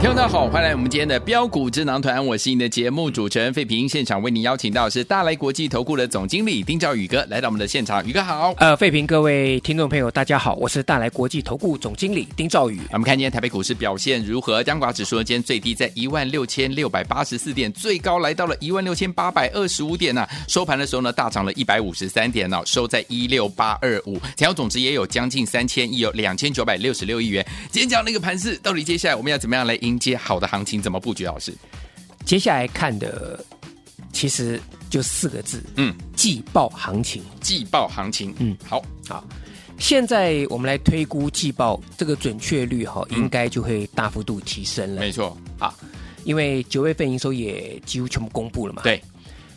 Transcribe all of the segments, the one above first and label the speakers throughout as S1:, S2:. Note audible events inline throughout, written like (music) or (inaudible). S1: 听众大家好，欢迎来我们今天的标股智囊团，我是你的节目主持人费平。现场为您邀请到是大来国际投顾的总经理丁兆宇哥来到我们的现场，宇哥好。
S2: 呃，费评各位听众朋友，大家好，我是大来国际投顾总经理丁兆宇。
S1: 我们看今天台北股市表现如何？加权指数呢今天最低在一万六千六百八十四点，最高来到了一万六千八百二十五点呐、收盘的时候呢，大涨了一百五十三点呢、收在一六八二五，成交总值也有将近三千亿，有两千九百六十六亿元。今天讲那个盘势，到底接下来我们要怎么样来迎接好的行情？怎么布局？老师，
S2: 接下来看的其实就四个字，
S1: 嗯，
S2: 季报行情。
S1: 季报行情，
S2: 嗯，
S1: 好，
S2: 好，现在我们来推估季报这个准确率哈、应该就会大幅度提升了
S1: 嗯没错，
S2: 啊，因为九月份营收也几乎全部公布了嘛。。
S1: 对，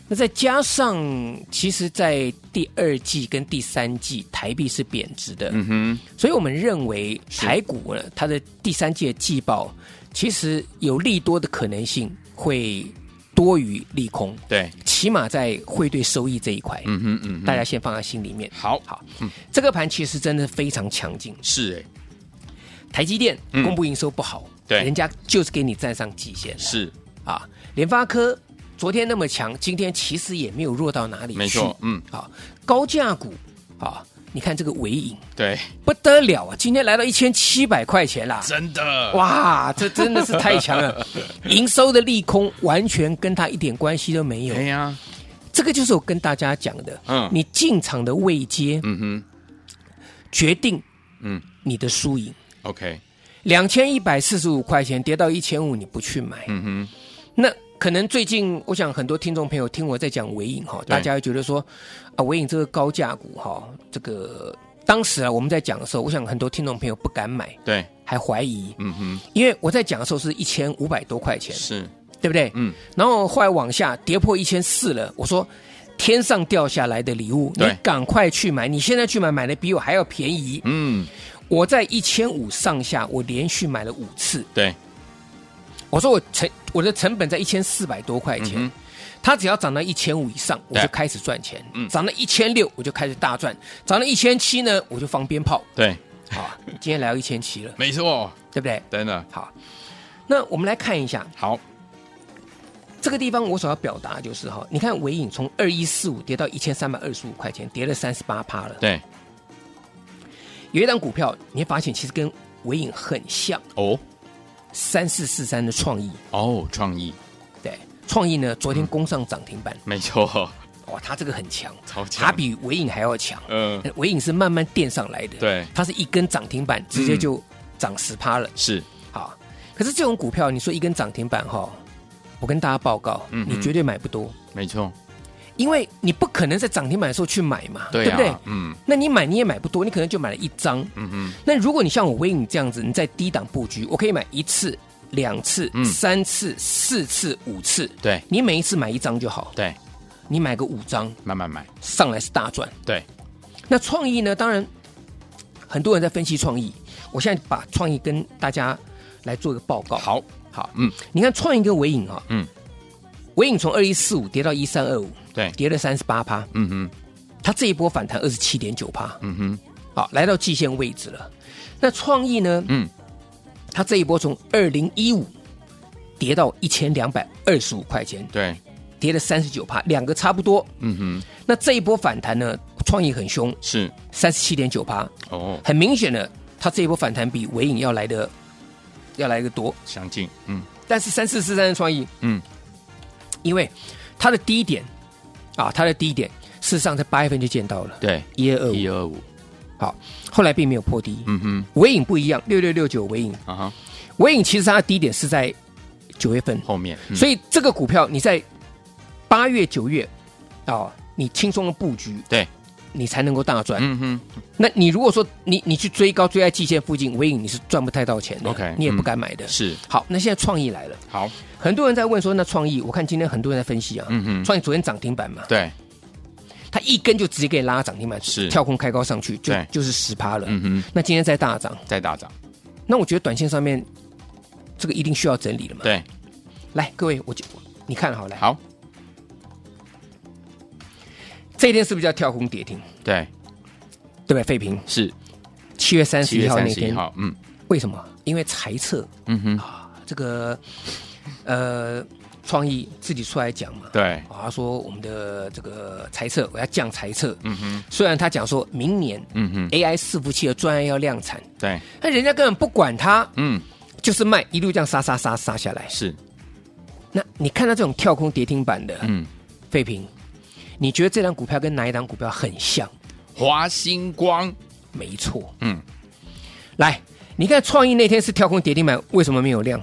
S2: 那再加上，其实，在第二季跟第三季台币是贬值的，
S1: 嗯哼，
S2: 所以我们认为台股呢，它的第三季的季报其实有利多的可能性会多于利空，
S1: 对，
S2: 起码在汇兑收益这一块，
S1: 嗯哼，嗯哼，嗯
S2: 大家先放在心里面。
S1: 好，
S2: 好，这个盘其实真的非常强劲，
S1: 是哎，
S2: 台积电
S1: 嗯
S2: 公布营收不好，
S1: 对
S2: 人家就是给你站上极限了
S1: 是
S2: 啊。联发科昨天那么强，今天其实也没有弱到哪里去，
S1: 没错，嗯，
S2: 啊，高价股啊，你看这个尾影
S1: 对，
S2: 不得了啊，今天来到一千七百块钱啦。
S1: 真的，
S2: 哇，这真的是太强
S1: (laughs)
S2: 了！营收的利空完全跟它一点关系都没有
S1: 哎，呀，
S2: 这个就是我跟大家讲的。
S1: 嗯
S2: 你进场的位阶
S1: 嗯
S2: 决定
S1: 哼，嗯
S2: 你的输赢。
S1: ，OK，
S2: 两千一百四十五块钱跌到一千五，你不去买，
S1: 嗯
S2: 那可能最近我想很多听众朋友听我在讲尾影哈，
S1: 对
S2: 大家会觉得说啊，尾影这个高价股哈，这个当时啊我们在讲的时候，我想很多听众朋友不敢买，
S1: 哼，对，
S2: 还怀疑，
S1: 嗯哼，
S2: 因为我在讲的时候是一千五百多块钱，
S1: 是，
S2: 对不对？
S1: 嗯，
S2: 然后后来往下跌破一千四了，我说天上掉下来的礼物，你
S1: 对
S2: 赶快去买，你现在去买，买的比我还要便宜。
S1: 嗯，
S2: 我在一千五上下，我连续买了五次，
S1: 对，
S2: 我说我成我的成本在一千四百多块钱。
S1: 嗯
S2: 它只要涨到一千五以上，我
S1: 对
S2: 就开始赚钱；
S1: 嗯
S2: 涨到一千六，我就开始大赚；涨到一千七呢，我就放鞭炮。
S1: 对，
S2: 好啊，今天来到一千七了，
S1: 没错，
S2: 对不对？
S1: 真的
S2: 好，那我们来看一下
S1: 好，
S2: 这个地方，我所要表达的就是哈，你看尾影从二一四五跌到一千三百二十五块钱，跌了三十八趴了。
S1: 对，
S2: 有一档股票，你会发现其实跟尾影很像，
S1: 哦
S2: 三四四三的创意。
S1: 哦，创意，
S2: 对，创意呢，昨天攻上涨停板，
S1: 没错， (laughs)
S2: 哇，它这个很强，
S1: 嗯超强
S2: 它比尾影还要强。
S1: 嗯，
S2: 尾影是慢慢垫上来的，
S1: 对嗯
S2: 它是一根涨停板直接就涨十趴了。
S1: 是，
S2: 好，可是这种股票，你说一根涨停板哈，我跟大家报告，
S1: 嗯哼
S2: 你绝对买不多，
S1: 没错，
S2: 因为你不可能在涨停板的时候去买嘛，
S1: 对
S2: 不对
S1: 啊，？嗯
S2: 那你买你也买不多，你可能就买了一张。
S1: 嗯哼，
S2: 那如果你像我微影这样子，你在低档布局，我可以买一次、两次、
S1: 嗯
S2: 三次、四次、五次，
S1: 对
S2: 你每一次买一张就好，
S1: 对，
S2: 你买个五张
S1: 慢慢买，
S2: 上来是大赚。
S1: 对，
S2: 那创意呢？当然，很多人在分析创意。我现在把创意跟大家来做一个报告。，
S1: 好，
S2: 好，
S1: 嗯，
S2: 你看创意跟尾影哈、啊
S1: 嗯，
S2: 尾影从二一四五跌到一三二五，
S1: 对，
S2: 跌了三十八趴，
S1: 嗯哼，
S2: 它这一波反弹二十七点九趴，
S1: 嗯哼，
S2: 好，来到季线位置了。那创意呢？
S1: 嗯，
S2: 它这一波从二零一五跌到一千两百二十五块钱，
S1: 对，
S2: 跌了三十九趴，两个差不多。
S1: 嗯哼，
S2: 那这一波反弹呢，创意很凶，
S1: 是，
S2: 三十七点九趴，
S1: 哦，
S2: 很明显的，它这一波反弹比尾影要来的要来的多。
S1: 相近，嗯
S2: 但是三四四三的创意，
S1: 嗯，
S2: 因为它的低点啊，它的低点事实上在八月份就见到了
S1: 对，
S2: 一二二
S1: 一
S2: 五，
S1: 二五，
S2: 好，后来并没有破低。
S1: 嗯哼，
S2: 尾影不一样，六六六九尾影，
S1: 啊哈，
S2: 尾影其实它的低点是在九月份，
S1: 后面，嗯
S2: 所以这个股票你在八月、九月啊，你轻松的布局，
S1: 对，
S2: 你才能够大赚。
S1: 嗯哼，
S2: 那你如果说你你去追高追在季线附近，微影你是赚不太到钱的
S1: OK，
S2: 你也不
S1: 嗯
S2: 敢买的。
S1: 是
S2: 好，那现在创意来了，
S1: 好，
S2: 很多人在问说，那创意，我看今天很多人在分析啊，
S1: 嗯哼
S2: 创意昨天涨停板嘛，
S1: 对，
S2: 它一根就直接给你拉涨停板，
S1: 是
S2: 跳空开高上去，就
S1: 对
S2: 就是十趴了。
S1: 嗯哼，
S2: 那今天在大涨，
S1: 再大涨，
S2: 那我觉得短线上面这个一定需要整理了嘛。
S1: 对，
S2: 来，各位，我就你看好来，
S1: 好，
S2: 这一天是不是叫跳空跌停？
S1: 对，
S2: 对不对？废平
S1: 是
S2: 七月三十
S1: 七
S2: 一
S1: 月
S2: 号
S1: 三
S2: 那
S1: 十一
S2: 天，啊
S1: 号，嗯
S2: 为什么？因为财测
S1: 嗯哼，
S2: 这个呃创意自己出来讲嘛，
S1: 对，
S2: 啊，他说我们的这个财测我要降财测，
S1: 嗯哼，
S2: 虽然他讲说明年
S1: 嗯哼，
S2: AI 伺服器的专案要量产，
S1: 对，
S2: 但人家根本不管它，
S1: 嗯，
S2: 就是卖一路这样杀杀杀杀下来。
S1: 是，
S2: 那你看到这种跳空跌停板的
S1: 嗯，
S2: 废品，你觉得这档股票跟哪一档股票很像？
S1: 华星光，
S2: 没错，
S1: 嗯，
S2: 来，你看创意那天是跳空跌停板，为什么没有量？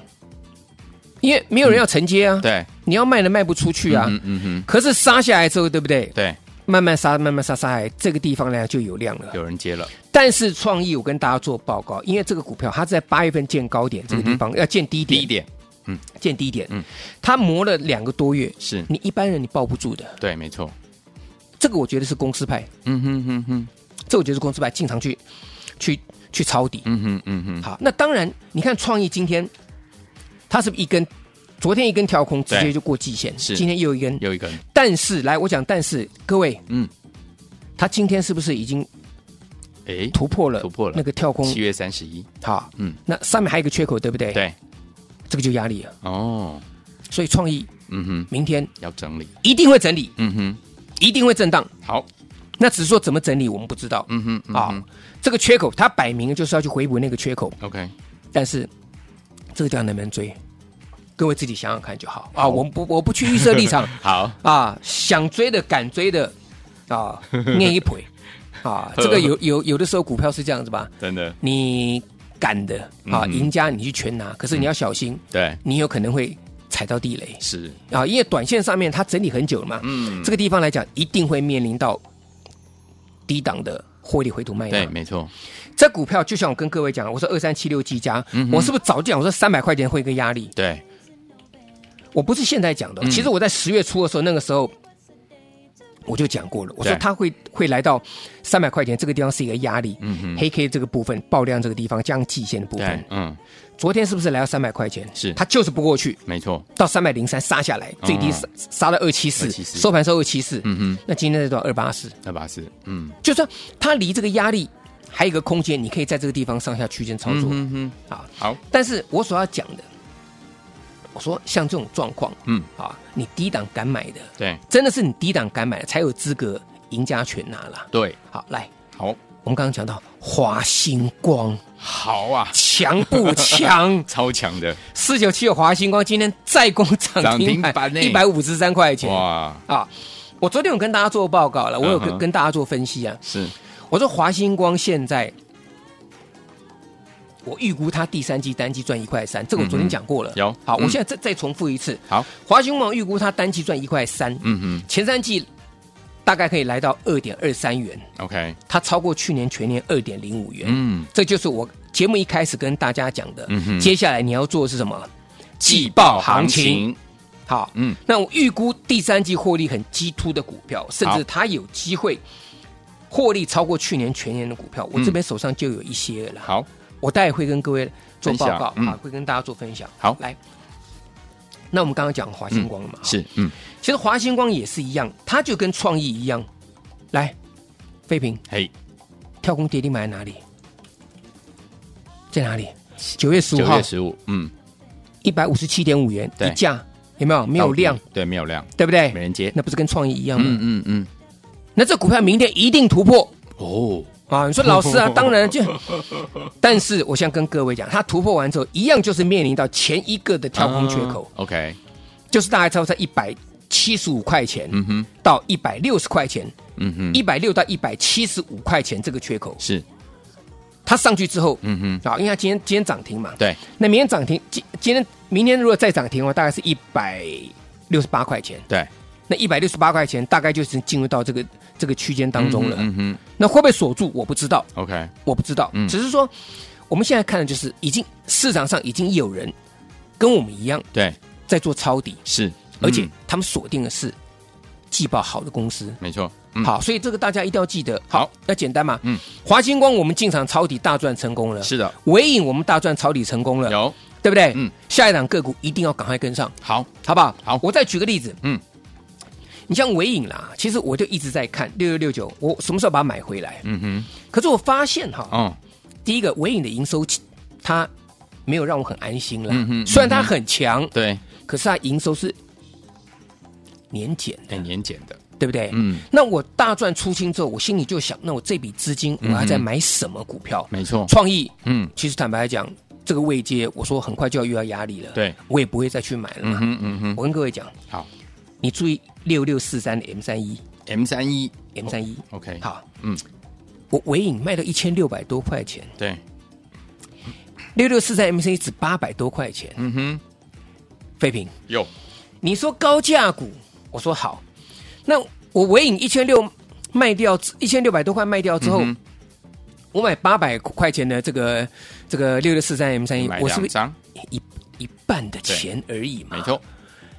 S2: 因为没有人要承接啊，
S1: 嗯对，
S2: 你要卖的卖不出去啊。
S1: 嗯嗯哼，
S2: 可是杀下来之后，对不对？
S1: 对，
S2: 慢慢杀，慢慢杀，杀下来这个地方呢就有量了。
S1: 有人接了，
S2: 但是创意，我跟大家做报告，因为这个股票它在八月份见高点这个地方，要见低
S1: 第
S2: 点，
S1: 一嗯点
S2: 见低点，
S1: 嗯
S2: 它磨了两个多月，
S1: 是，
S2: 你一般人你抱不住的。
S1: 对，没错，
S2: 这个我觉得是公司派，
S1: 嗯哼哼哼，
S2: 这我觉得是公司派经常去去去抄底。
S1: 嗯哼嗯哼，
S2: 好，那当然，你看创意今天它是不是一根，昨天一根跳空直接
S1: 对
S2: 就过季线，
S1: 是
S2: 今天又一根。
S1: 又一个人，
S2: 但是来，我讲但是，各位，
S1: 嗯，
S2: 它今天是不是已经
S1: 诶，
S2: 突破了
S1: 突破了
S2: 那个跳空？
S1: 七月三十一，
S2: 好，
S1: 嗯，
S2: 那上面还有一个缺口，对不对？，
S1: 对，
S2: 这个就压力了。
S1: 哦，
S2: 所以创意
S1: 嗯哼，
S2: 明天
S1: 要整理，
S2: 一定会整理，
S1: 嗯哼，
S2: 一定会震荡。
S1: 好，
S2: 那只是说怎么整理，我们不知道。
S1: 嗯哼，嗯
S2: 啊、
S1: 哼
S2: 这个缺口它摆明就是要去回补那个缺口，
S1: ，OK，
S2: 但是这个地方能不能追？各位自己想想看就好啊！我不我不去预设
S1: (laughs)
S2: 立场
S1: 好，
S2: 啊，想追的敢追的
S1: (laughs)
S2: 啊，念一腿啊，这个有有有的时候股票是这样子吧，
S1: 真的，
S2: 你敢的啊，
S1: 嗯
S2: 赢家你去全拿，可是你要小心，
S1: 对，
S2: 你有可能会踩到地雷
S1: 是，
S2: 啊，因为短线上面它整理很久了嘛，
S1: 嗯
S2: 这，个地方来讲一定会面临到低档的获利回吐卖
S1: 对，
S2: 压。
S1: 没错，
S2: 这股票就像我跟各位讲，我说二三七六技嘉，
S1: 嗯哼
S2: 我是不是早就讲我说三百块钱会有一个压力？
S1: 对，
S2: 我不是现在讲的哦，
S1: 嗯
S2: 其实我在十月初的时候，那个时候我就讲过了，我说
S1: 对
S2: 它会会来到三百块钱这个地方是一个压力，
S1: 嗯哼，
S2: 黑 K 这个部分爆量这个地方加上季线的部
S1: 对
S2: 分，，
S1: 嗯，
S2: 昨天是不是来到三百块钱？
S1: 是哦
S2: 它就是不过去，
S1: 没错，
S2: 到三百零三杀下来，最低杀杀到二七四，
S1: 274
S2: 收盘收二七四，
S1: 嗯哼，
S2: 那今天是多少？二八四，
S1: 二八四，嗯，
S2: 就是说它离这个压力还有一个空间，你可以在这个地方上下区间操作
S1: 嗯哼
S2: 啊。
S1: 好，
S2: 但是我所要讲的，我说像这种状况，
S1: 嗯，
S2: 啊，你低档敢买的，
S1: 对，
S2: 真的是你低档敢买的才有资格赢家全拿了。
S1: 对，
S2: 好，来，
S1: 好，
S2: 我们刚刚讲到华星光
S1: 好啊，？
S2: 强不强
S1: (laughs) 超强的，
S2: 四九七的华星光今天再攻涨停
S1: 涨停
S2: 板
S1: 板呢
S2: 一百五十三块钱
S1: 哇，
S2: 啊！我昨天有跟大家做报告了，我有
S1: 嗯
S2: 跟
S1: 哼
S2: 跟大家做分析啊。
S1: 是，
S2: 我说华星光现在，我预估它第三季单季赚一块三，这个我昨天讲过了。
S1: 嗯有
S2: 好，我
S1: 嗯
S2: 现在再再重复一次，
S1: 好，
S2: 华星光预估它单季赚一块三，
S1: 嗯
S2: 前三季大概可以来到二点二三元，
S1: 哼，OK，
S2: 它超过去年全年二点零五元。
S1: 嗯，
S2: 这就是我节目一开始跟大家讲的。
S1: 嗯哼
S2: 接下来你要做的是什么？
S1: 季报行情，
S2: 好，
S1: 嗯，
S2: 那我预估第三季获利很激突的股票，甚
S1: 好
S2: 至它有机会获利超过去年全年的股票，我这边手上就有一些了。
S1: 好，
S2: 我待会会跟各位做
S1: 嗯分
S2: 报
S1: 享
S2: 告
S1: 嗯
S2: 啊，会跟大家做分享。
S1: 好
S2: 来，那我们刚刚讲华星光了嘛，好
S1: 是，嗯，
S2: 其实华星光也是一样，它就跟创意一样，来，飞平
S1: 嘿，
S2: 跳空跌停买在哪里？在哪里？九月十
S1: 九
S2: 五号
S1: 月，十五，嗯，
S2: 一百五十七点五元
S1: 对
S2: 一价，有没有？没有量
S1: 到，底，对，没有量，
S2: 对不对
S1: 没？人接，
S2: 那不是跟创意一样吗？
S1: 嗯嗯嗯，
S2: 那这股票明天一定突破
S1: 哦，(laughs)
S2: 啊！你说老师啊，当然就， (laughs) 但是我先跟各位讲，它突破完之后，一样就是面临到前一个的跳空缺口，
S1: 啊，OK，
S2: 就是大概差不多在一百七十五块钱
S1: 嗯哼，
S2: 到一百六十块钱，
S1: 嗯哼，
S2: 一百六到一百七十五块钱这个缺口。
S1: 是，
S2: 它上去之后，
S1: 嗯
S2: 啊，因为它今天今天涨停嘛，
S1: 对，
S2: 那明天涨停，今今天明天如果再涨停的话，大概是一百六十八块钱，
S1: 对，
S2: 那一百六十八块钱大概就是进入到这个这个区间当中了。
S1: 嗯哼
S2: 那会不会锁住？我不知道，
S1: 嗯哼，OK，
S2: 我不知道，
S1: 嗯
S2: 只是说我们现在看的就是已经市场上已经有人跟我们一样
S1: 对，
S2: 在做抄底，
S1: 是，
S2: 而且
S1: 嗯
S2: 他们锁定的是季报好的公司。
S1: 没错，嗯，
S2: 好，所以这个大家一定要记得。
S1: 好，
S2: 那简单嘛。
S1: 嗯，
S2: 华星光我们进场抄底大赚成功了，
S1: 是的，
S2: 微影我们大赚抄底成功了，
S1: 有，
S2: 对不对？
S1: 嗯，
S2: 下一档个股一定要赶快跟上，
S1: 好，
S2: 好不好？
S1: 好
S2: 我再举个例子，
S1: 嗯，
S2: 你像微影啦，其实我就一直在看六六六九，我什么时候把它买回来？
S1: 嗯哼，
S2: 可是我发现哈，
S1: 哦，
S2: 第一个微影的营收它没有让我很安心啦
S1: 嗯哼嗯，哼
S2: 虽然它很强，
S1: 对，
S2: 可是它营收是年减的，
S1: 很年检的，
S2: 对不对？
S1: 嗯，
S2: 那我大赚出清之后，我心里就想，那我这笔资金我
S1: 嗯哼
S2: 还在买什么股票？
S1: 没错，
S2: 创意，
S1: 嗯，
S2: 其实坦白讲，这个位阶，我说很快就要遇到压力了，
S1: 对，
S2: 我也不会再去买了
S1: 嗯
S2: 嘛。
S1: 哼，嗯哼，
S2: 我跟各位讲，
S1: 好
S2: 你注意六六四三的 M 三一
S1: ，M 三一
S2: M 三一，
S1: ，OK，，
S2: 好，
S1: 嗯，
S2: 我尾影卖到一千六百多块钱，
S1: 对，
S2: 六六四三 M 三一只八百多块钱，
S1: 嗯哼，
S2: 废品。
S1: 有，
S2: 你说高价股，我说好，那我尾影一千六卖掉，一千六百多块卖掉之后，
S1: 嗯哼
S2: 我买八百块钱的这个这个六六四三 M 三一
S1: 买，
S2: 我是
S1: 两
S2: 不是
S1: 张，
S2: 一一半的钱而已嘛？
S1: 没错，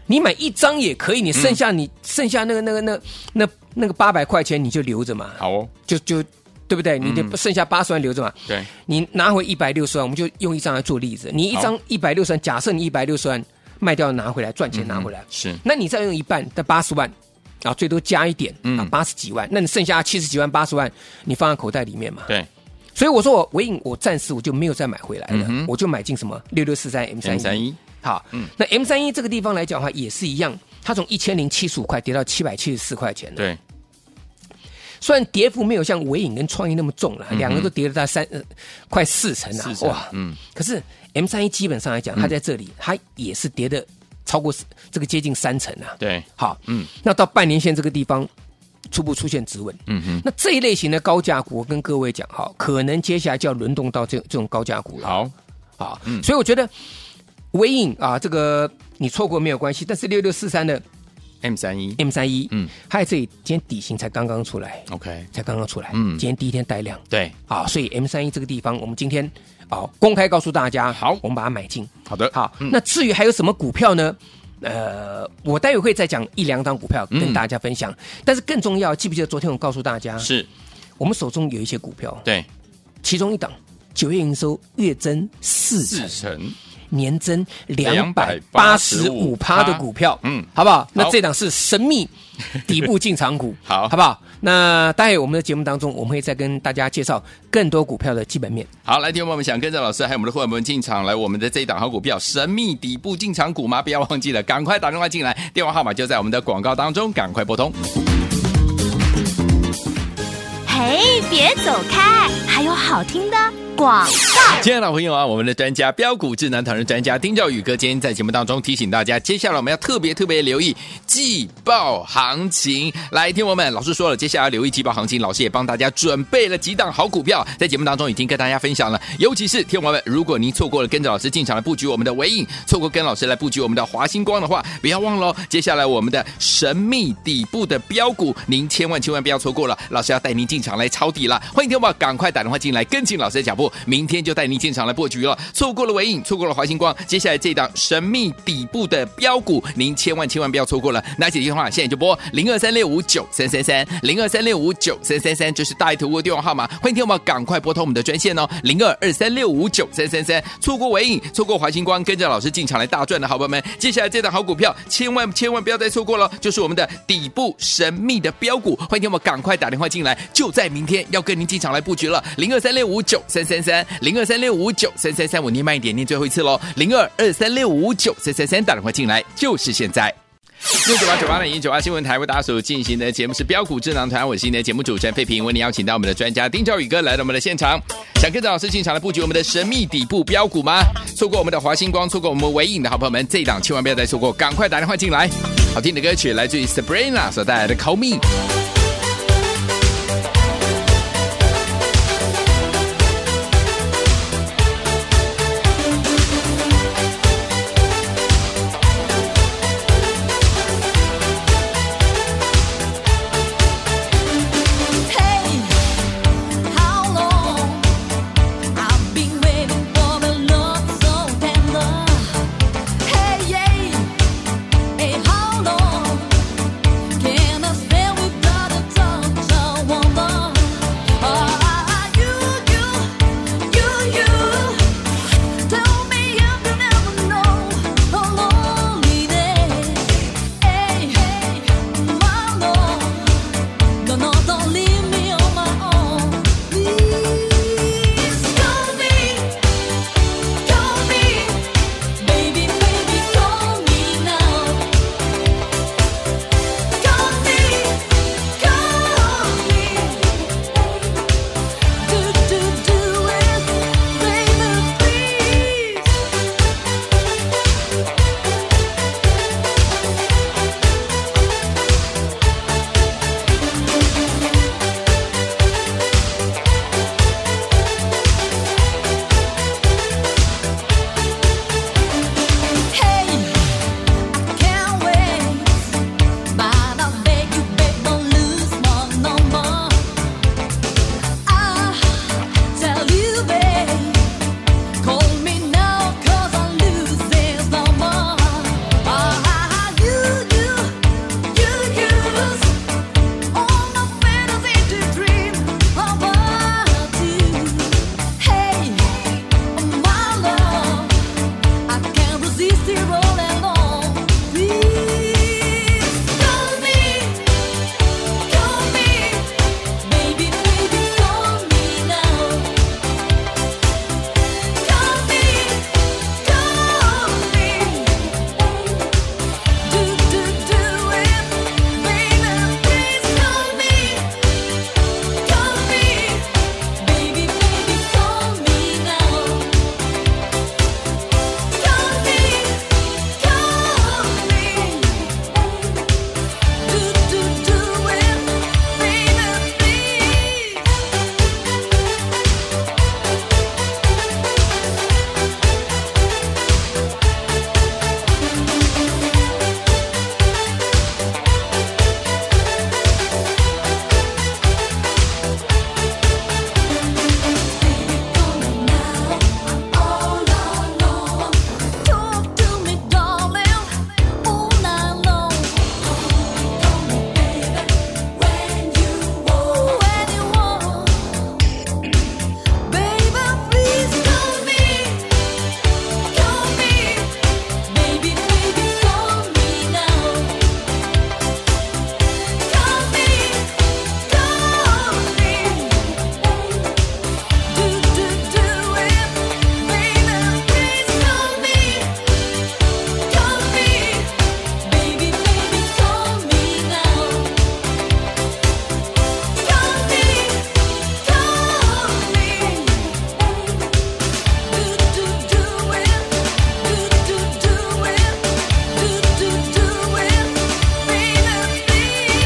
S2: 你买一张也可以，你
S1: 嗯
S2: 剩下你、剩下那个那个那那那个八百块钱你就留着嘛，
S1: 好哦，
S2: 就就对不对？你
S1: 嗯
S2: 就剩下八十万留着嘛。
S1: 对，
S2: 你拿回一百六十万，我们就用一张来做例子。你一张一百六十万，假设你一百六十万卖掉拿回来赚钱拿回来，
S1: 嗯是
S2: 那你再用一半，那八十万啊，最多加一点
S1: 嗯
S2: 啊，八十几万，那你剩下七十几万、八十万，你放在口袋里面嘛。
S1: 对
S2: 所以我说我尾影，我暂时我就没有再买回来了，
S1: 嗯哼
S2: 我就买进什么六六四三 M
S1: ，M
S2: 三
S1: 三
S2: 一。
S1: 一，
S2: 好，
S1: 嗯
S2: 那 M 三一这个地方来讲的话，也是一样，它从一千零七十五块跌到七百七十四块钱了。
S1: 对，
S2: 虽然跌幅没有像尾影跟创意那么重了，
S1: 哼
S2: 两个都跌了在三、呃、快四成啊
S1: 嗯四，成，嗯，
S2: 可是 M 三一基本上来讲，它在这里、它也是跌的超过这个接近三成啊。
S1: 对，
S2: 好，
S1: 嗯
S2: 那到半年线这个地方初步出现止稳。
S1: 嗯哼，
S2: 那这一类型的高价股，我跟各位讲哈，可能接下来就要轮动到这这种高价股了。
S1: 好，
S2: 好，
S1: 嗯
S2: 啊所以我觉得微影啊，这个你错过没有关系，但是六六四三的
S1: M 三一
S2: M 三一，
S1: 嗯，
S2: 它在这里今天底型才刚刚出来，
S1: ，OK，
S2: 才刚刚出来，
S1: 嗯
S2: 今天第一天带量，
S1: 对，
S2: 啊，所以 M 三一这个地方，我们今天啊公开告诉大家，
S1: 好
S2: 我们把它买进。
S1: 好的，
S2: 好，
S1: 嗯
S2: 那至于还有什么股票呢？呃，我待会会再讲一两档股票
S1: 嗯
S2: 跟大家分享。但是更重要，记不记得昨天我告诉大家，
S1: 是，
S2: 我们手中有一些股票，
S1: 对，
S2: 其中一档九月营收月增四成
S1: 四，成，
S2: 年增两百八十五
S1: 285%
S2: 趴的股票，
S1: 嗯
S2: 好不好？那这档是神秘底部进场股，
S1: 好
S2: (laughs) 好不好？那待会我们的节目当中，我们会再跟大家介绍更多股票的基本面。
S1: 好，来，听众朋友们，想跟着老师还有我们的会员们进场来我们的这一档好股票神秘底部进场股吗？不要忘记了，赶快打电话进来，电话号码就在我们的广告当中，赶快拨通。
S3: 嘿，别走开，还有好听的广。
S1: 亲爱的老朋友啊，我们的专家标股智能讨论专家丁兆宇哥今天在节目当中提醒大家，接下来我们要特别特别留意季报行情。来，听友们，老师说了，接下来要留意季报行情，老师也帮大家准备了几档好股票，在节目当中已经跟大家分享了。尤其是听友们，如果您错过了跟着老师进场来布局我们的尾影，错过跟老师来布局我们的华星光的话，不要忘了哦，接下来我们的神秘底部的标股，您千万千万不要错过了，老师要带您进场来抄底了。欢迎听众朋友赶快打电话进来，跟紧老师的脚步，明天就带您进场来破局了。错过了尾影，错过了华星光，接下来这档神秘底部的标股，您千万千万不要错过了。拿起电话，现在就拨零二三六五九三三三零二三六五九三三三，这是大爱图的电话号码。欢迎听众朋友赶快拨通我们的专线哦，零二二三六五九三三三。错过尾影，错过华星光，跟着老师进场来大赚的好朋友们，接下来这档好股票，千万千万不要再错过了，就是我们的底部神秘的标股。欢迎听我们赶快打电话进来，就在明天要跟您进场来布局了，零二三六五九三三三，零二三六五九三三三，我念慢一点，念最后一次喽，零二二三六五九三三三，打电话进来就是现在。六九八九八零一九八新闻台为大家所进行的节目是标股智囊团，我是你的节目主持人费平，为您邀请到我们的专家丁兆宇哥来到我们的现场。想跟着老师进场来布局我们的神秘底部标股吗？错过我们的华星光，错过我们唯影的好朋友们，这一档千万不要再错过，赶快打电话进来。好听的歌曲来自于 Sabrina 所带来的《Call Me》。
S3: 嘿，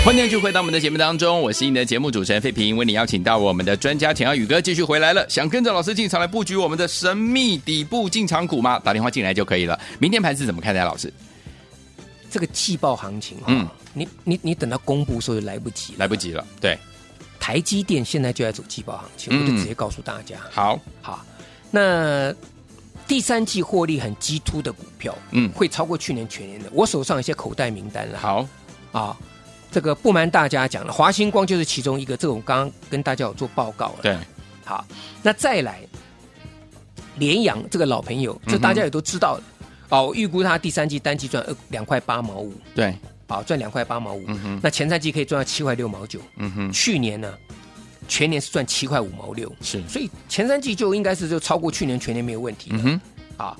S1: 欢迎继续回到我们的节目当中，我是你的节目主持人费平，为你邀请到我们的专家钱耀宇哥继续回来了。想跟着老师进场来布局我们的神秘底部进场股吗？打电话进来就可以了。明天盘是怎么看待？老师
S2: 这个季报行情、哦，
S1: 嗯
S2: 嗯，你你你等到公布的时候就来不及了，
S1: 来不。及了，对，
S2: 台积电现在就在走季报行情，
S1: 嗯
S2: 我就直接告诉大家，
S1: 好，
S2: 好，那第三季获利很激突的股票，
S1: 嗯
S2: 会超过去年全年的。我手上有一些口袋名单了，
S1: 好，
S2: 啊，这个不瞒大家讲了，华星光就是其中一个，这个我刚刚跟大家有做报告了。
S1: 对，
S2: 好，那再来联阳这个老朋
S1: 嗯
S2: 友，这大家也都知道了。哦，我预估它第三季单季赚二两块八毛五，
S1: 对，
S2: 啊，赚两块八毛五
S1: 嗯哼。
S2: 那前三季可以赚到七块六毛九，
S1: 嗯哼，
S2: 去年呢，全年是赚七块五毛六，
S1: 是，
S2: 所以前三季就应该是就超过去年全年没有问题的
S1: 嗯哼，
S2: 啊。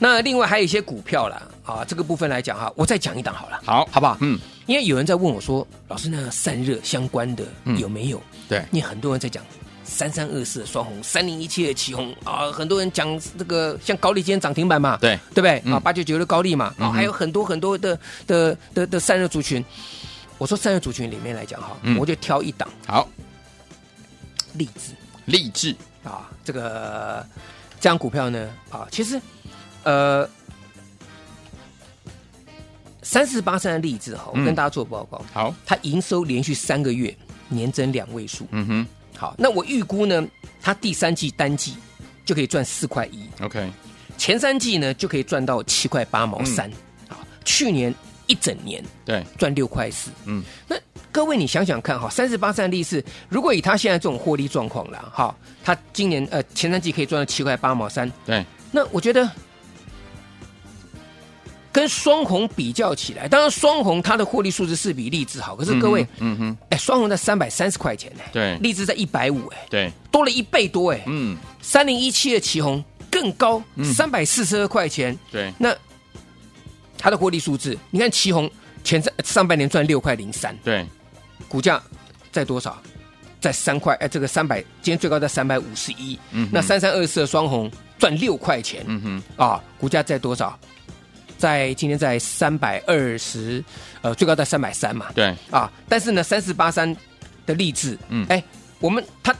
S2: 那另外还有一些股票啦，啊，这个部分来讲哈，我再讲一档好了，
S1: 好
S2: 好不好？
S1: 嗯，
S2: 因为有人在问我说，老师，那散热相关的
S1: 嗯
S2: 有没有？
S1: 对，
S2: 因为很多人在讲三三二四的双红，三零一七的旗红啊，很多人讲这个像高丽今天涨停板嘛，
S1: 对
S2: 对不对？
S1: 嗯
S2: 啊，八九九的高丽嘛，啊，还有很多很多的的的的散热族群。我说散热族群里面来讲哈，
S1: 嗯
S2: 我就挑一档
S1: 好，
S2: 例子
S1: 励志，
S2: 啊，这个这张股票呢啊，其实呃。三四八三的例子哈，我
S1: 嗯
S2: 跟大家做报告，
S1: 好，
S2: 它营收连续三个月年增两位数，
S1: 嗯哼
S2: 好，那我预估呢，它第三季单季就可以赚四块一，
S1: ，OK，
S2: 前三季呢就可以赚到七块八毛三、啊，去年一整年
S1: 对，
S2: 赚六块四，
S1: 嗯，
S2: 那各位你想想看哈，三十八三利是，如果以它现在这种获利状况啦，哈，它今年呃前三季可以赚到七块八毛三，
S1: 对，
S2: 那我觉得。跟双红比较起来，当然双红它的获利数字是比励志好，可是各位，
S1: 嗯哼，
S2: 哎、双红在三百三十块钱呢、
S1: 对
S2: 励志在一百五，哎，
S1: 对，
S2: 多了一倍多哎。
S1: 嗯，
S2: 三零一七的旗红更高
S1: 嗯，
S2: 三百四十二块钱。
S1: 对，
S2: 那它的获利数字，你看旗红前上上半年赚六块零三，
S1: 对，
S2: 股价在多少？在三块，哎，这个三百，今天最高在三百五十一。
S1: 嗯哼
S2: 那三三二四的双红赚六块钱，
S1: 嗯哼，
S2: 啊，股价在多少？在今天在三百二十，呃，最高在三百三嘛。
S1: 对，
S2: 啊，但是呢，三四八三的励志，
S1: 嗯
S2: 嗯，哎，我们它，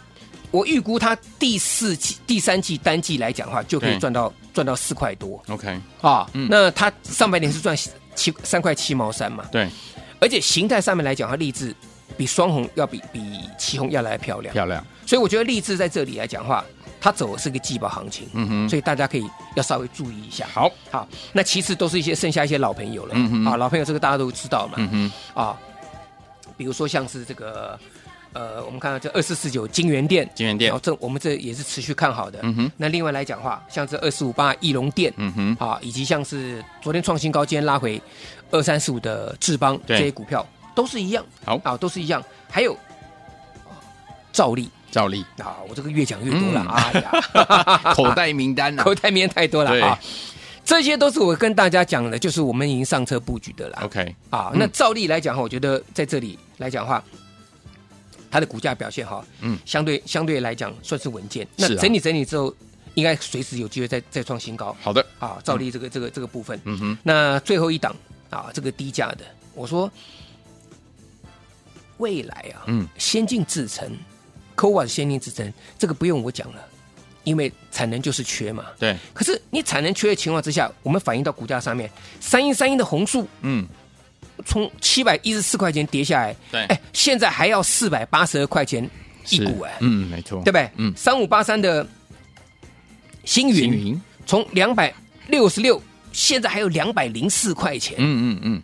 S2: 我预估它第四季、第三季单季来讲的话，就可以
S1: 对
S2: 赚到赚到四块多
S1: ，OK，
S2: 啊。
S1: 嗯
S2: 那它上半年是赚七三块七毛三嘛，
S1: 对，
S2: 而且形态上面来讲，它励志比双红要比比旗红要来得漂亮，
S1: 漂亮，
S2: 所以我觉得励志在这里来讲的话，它走的是个季报行情，
S1: 嗯哼，
S2: 所以大家可以要稍微注意一下。
S1: 好，
S2: 好，那其次都是一些剩下一些老朋友了，
S1: 嗯哼
S2: 啊，老朋友这个大家都知道嘛，
S1: 嗯哼，
S2: 啊，比如说像是这个，呃，我们看到这二四四九金源店，
S1: 金源店
S2: 然后这我们这也是持续看好的。
S1: 嗯哼，
S2: 那另外来讲的话，像这二四五八翼龙店，
S1: 嗯哼，
S2: 啊，以及像是昨天创新高，今天拉回二三四五的智邦
S1: 对
S2: 这些股票，都是一样，
S1: 好
S2: 啊，都是一样。还有啊照例
S1: 照例，
S2: 啊，我这个越讲越多了，
S1: 嗯，
S2: 哎
S1: (laughs)
S2: 呀
S1: 口袋名单啊
S2: 口袋名单太多
S1: 对
S2: 了啊。这些都是我跟大家讲的，就是我们已经上车布局的啦。
S1: ，OK，
S2: 啊，
S1: 嗯
S2: 那照例来讲哈，我觉得在这里来讲的话，它的股价表现哈，
S1: 嗯
S2: 嗯，相对相对来讲算是稳健。那
S1: 是啊
S2: 整理整理之后，应该随时有机会再再创新高
S1: 好的，
S2: 啊。照例这个、这个这个部分，
S1: 嗯哼，
S2: 那最后一档啊，这个低价的，我说未来啊，
S1: 嗯
S2: 嗯，先进制程 c o v a 先进制程，这个不用我讲了，因为产能就是缺嘛。
S1: 对，
S2: 可是你产能缺的情况之下，我们反映到股价上面，三一三一的红树
S1: 嗯，
S2: 从七百一十四块钱跌下来，
S1: 对
S2: 哎，现在还要四百八十二块钱一股哎，
S1: 嗯，没错，
S2: 对不对？
S1: 嗯，
S2: 三五八三的星
S1: 星
S2: 云
S1: 云，
S2: 从两百六十六，现在还有两百零四块钱、
S1: 嗯嗯嗯，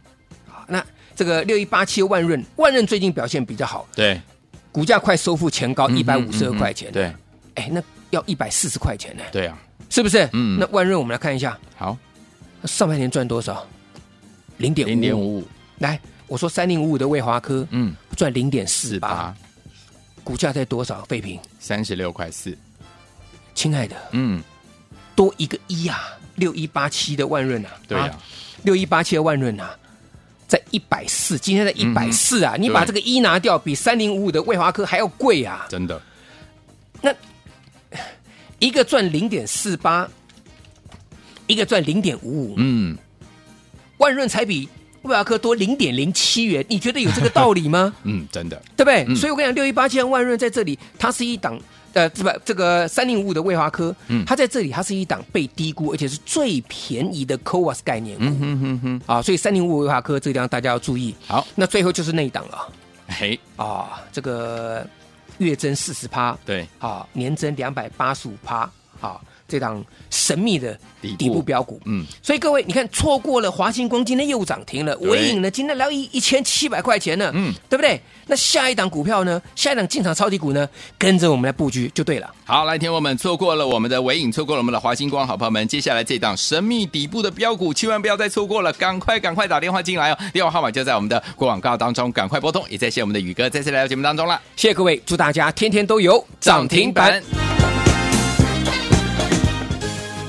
S2: 啊那这个六一八七万润，万润最近表现比较好，
S1: 对，
S2: 股价快收复前高
S1: 嗯
S2: 哦一百五十二块钱、
S1: 嗯嗯，对，
S2: 哎，那要一百四十块钱呢，
S1: 对啊，
S2: 是不是？
S1: 嗯
S2: 那万润我们来看一下，
S1: 好，
S2: 上半年赚多少？零点
S1: 零点
S2: 五。
S1: 五五，
S2: 来，我说三零五五的魏华科，
S1: 嗯，
S2: 赚零点四
S1: 四
S2: 八
S1: 八，
S2: 股价在多少？废品，
S1: 三十六块四，
S2: 亲爱的，
S1: 嗯，
S2: 多一个一啊，六一八七的万润啊，
S1: 对呀，
S2: 六一八七的万润啊，在一百四，今天
S1: 嗯
S2: 在一百四啊，你把这个一拿掉，比三零五五的魏华科还要贵啊。
S1: 真的，
S2: 那一个赚零点四八，一个赚零点五五，
S1: 嗯，
S2: 万润才比富达克多零点零七元，你觉得有这个道理吗？
S1: 嗯，真的，
S2: 对不对？
S1: 嗯
S2: 所以我跟你讲，六一八既然万润在这里，它是一档。呃，不，这个三零五五的卫华科，
S1: 嗯
S2: 它在这里它是一档被低估，而且是最便宜的 COAS 概念股、
S1: 嗯哼哼哼，
S2: 啊，所以三零五五卫华科这个地方大家要注意。
S1: 好，
S2: 那最后就是那一档了
S1: 嘿，
S2: 啊，这个月增四十趴，
S1: 对，
S2: 啊，年增两百八十五趴，啊，这档神秘的
S1: 底部
S2: 底部标股，
S1: 嗯，
S2: 所以各位，你看错过了华星光，今天又涨停了；
S1: 对
S2: 伟影呢，今天来到一一千七百块钱呢，
S1: 嗯，
S2: 对不对？那下一档股票呢，下一档进场超级股呢，跟着我们来布局就对了。
S1: 好，来，听我们错过了我们的尾影，错过了我们的华星光，好朋友们，接下来这档神秘底部的标股，千万不要再错过了，赶快赶快打电话进来哦，电话号码就在我们的广告当中，赶快拨通，也再谢我们的宇哥再次来到节目当中了。
S2: 谢谢各位，祝大家天天都有
S1: 涨停板。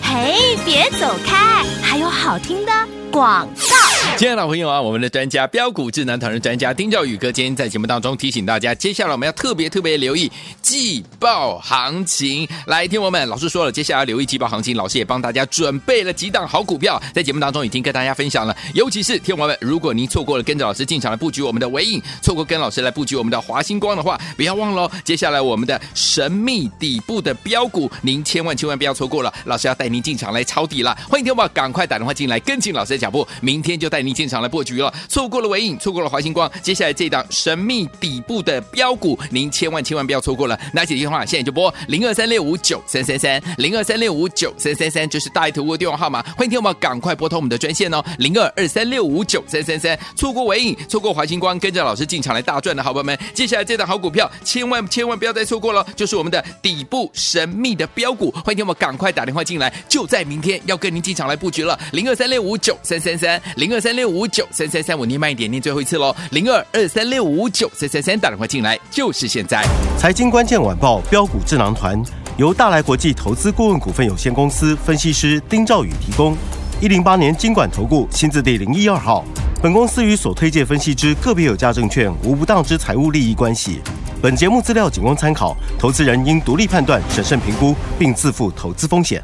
S3: 嘿，别走开，还有好听的广告。
S1: 亲爱的老朋友啊，我们的专家标股智能团队专家丁兆宇哥今天在节目当中提醒大家，接下来我们要特别特别留意季报行情。来，听我们，老师说了，接下来要留意季报行情，老师也帮大家准备了几档好股票，在节目当中已经跟大家分享了。尤其是听我们，如果您错过了跟着老师进场来布局我们的尾影，错过跟老师来布局我们的华星光的话，不要忘了哦，接下来我们的神秘底部的标股，您千万千万不要错过了，老师要带您进场来抄底了。欢迎听众朋友赶快打电话进来，跟进老师的脚步，明天就带您进场来布局了。错过了尾影，错过了华星光，接下来这档神秘底部的标股，您千万千万不要错过了。拿起电话，现在就拨零二三六五九三三三零二三六五九三三三，就是大爱投顾的电话号码。欢迎听众朋友赶快拨通我们的专线哦，零二二三六五九三三三。错过尾影，错过华星光，跟着老师进场来大赚的好朋友们，接下来这档好股票，千万千万不要再错过了，就是我们的底部神秘的标股。欢迎听我们赶快打电话进来，就在明天要跟您进场来布局了，零二三六五九三三三，零二三六五九三三三，我念慢一点，念最后一次喽，零二二三六五九三三三，打电话进来就是现在。
S4: 财经关键晚报标股智囊团由大来国际投资顾问股份有限公司分析师丁兆宇提供。一零八年经管投顾新字第零一二号。本公司与所推介分析之个别有价证券无不当之财务利益关系。本节目资料仅供参考，投资人应独立判断、审慎评估，并自负投资风险。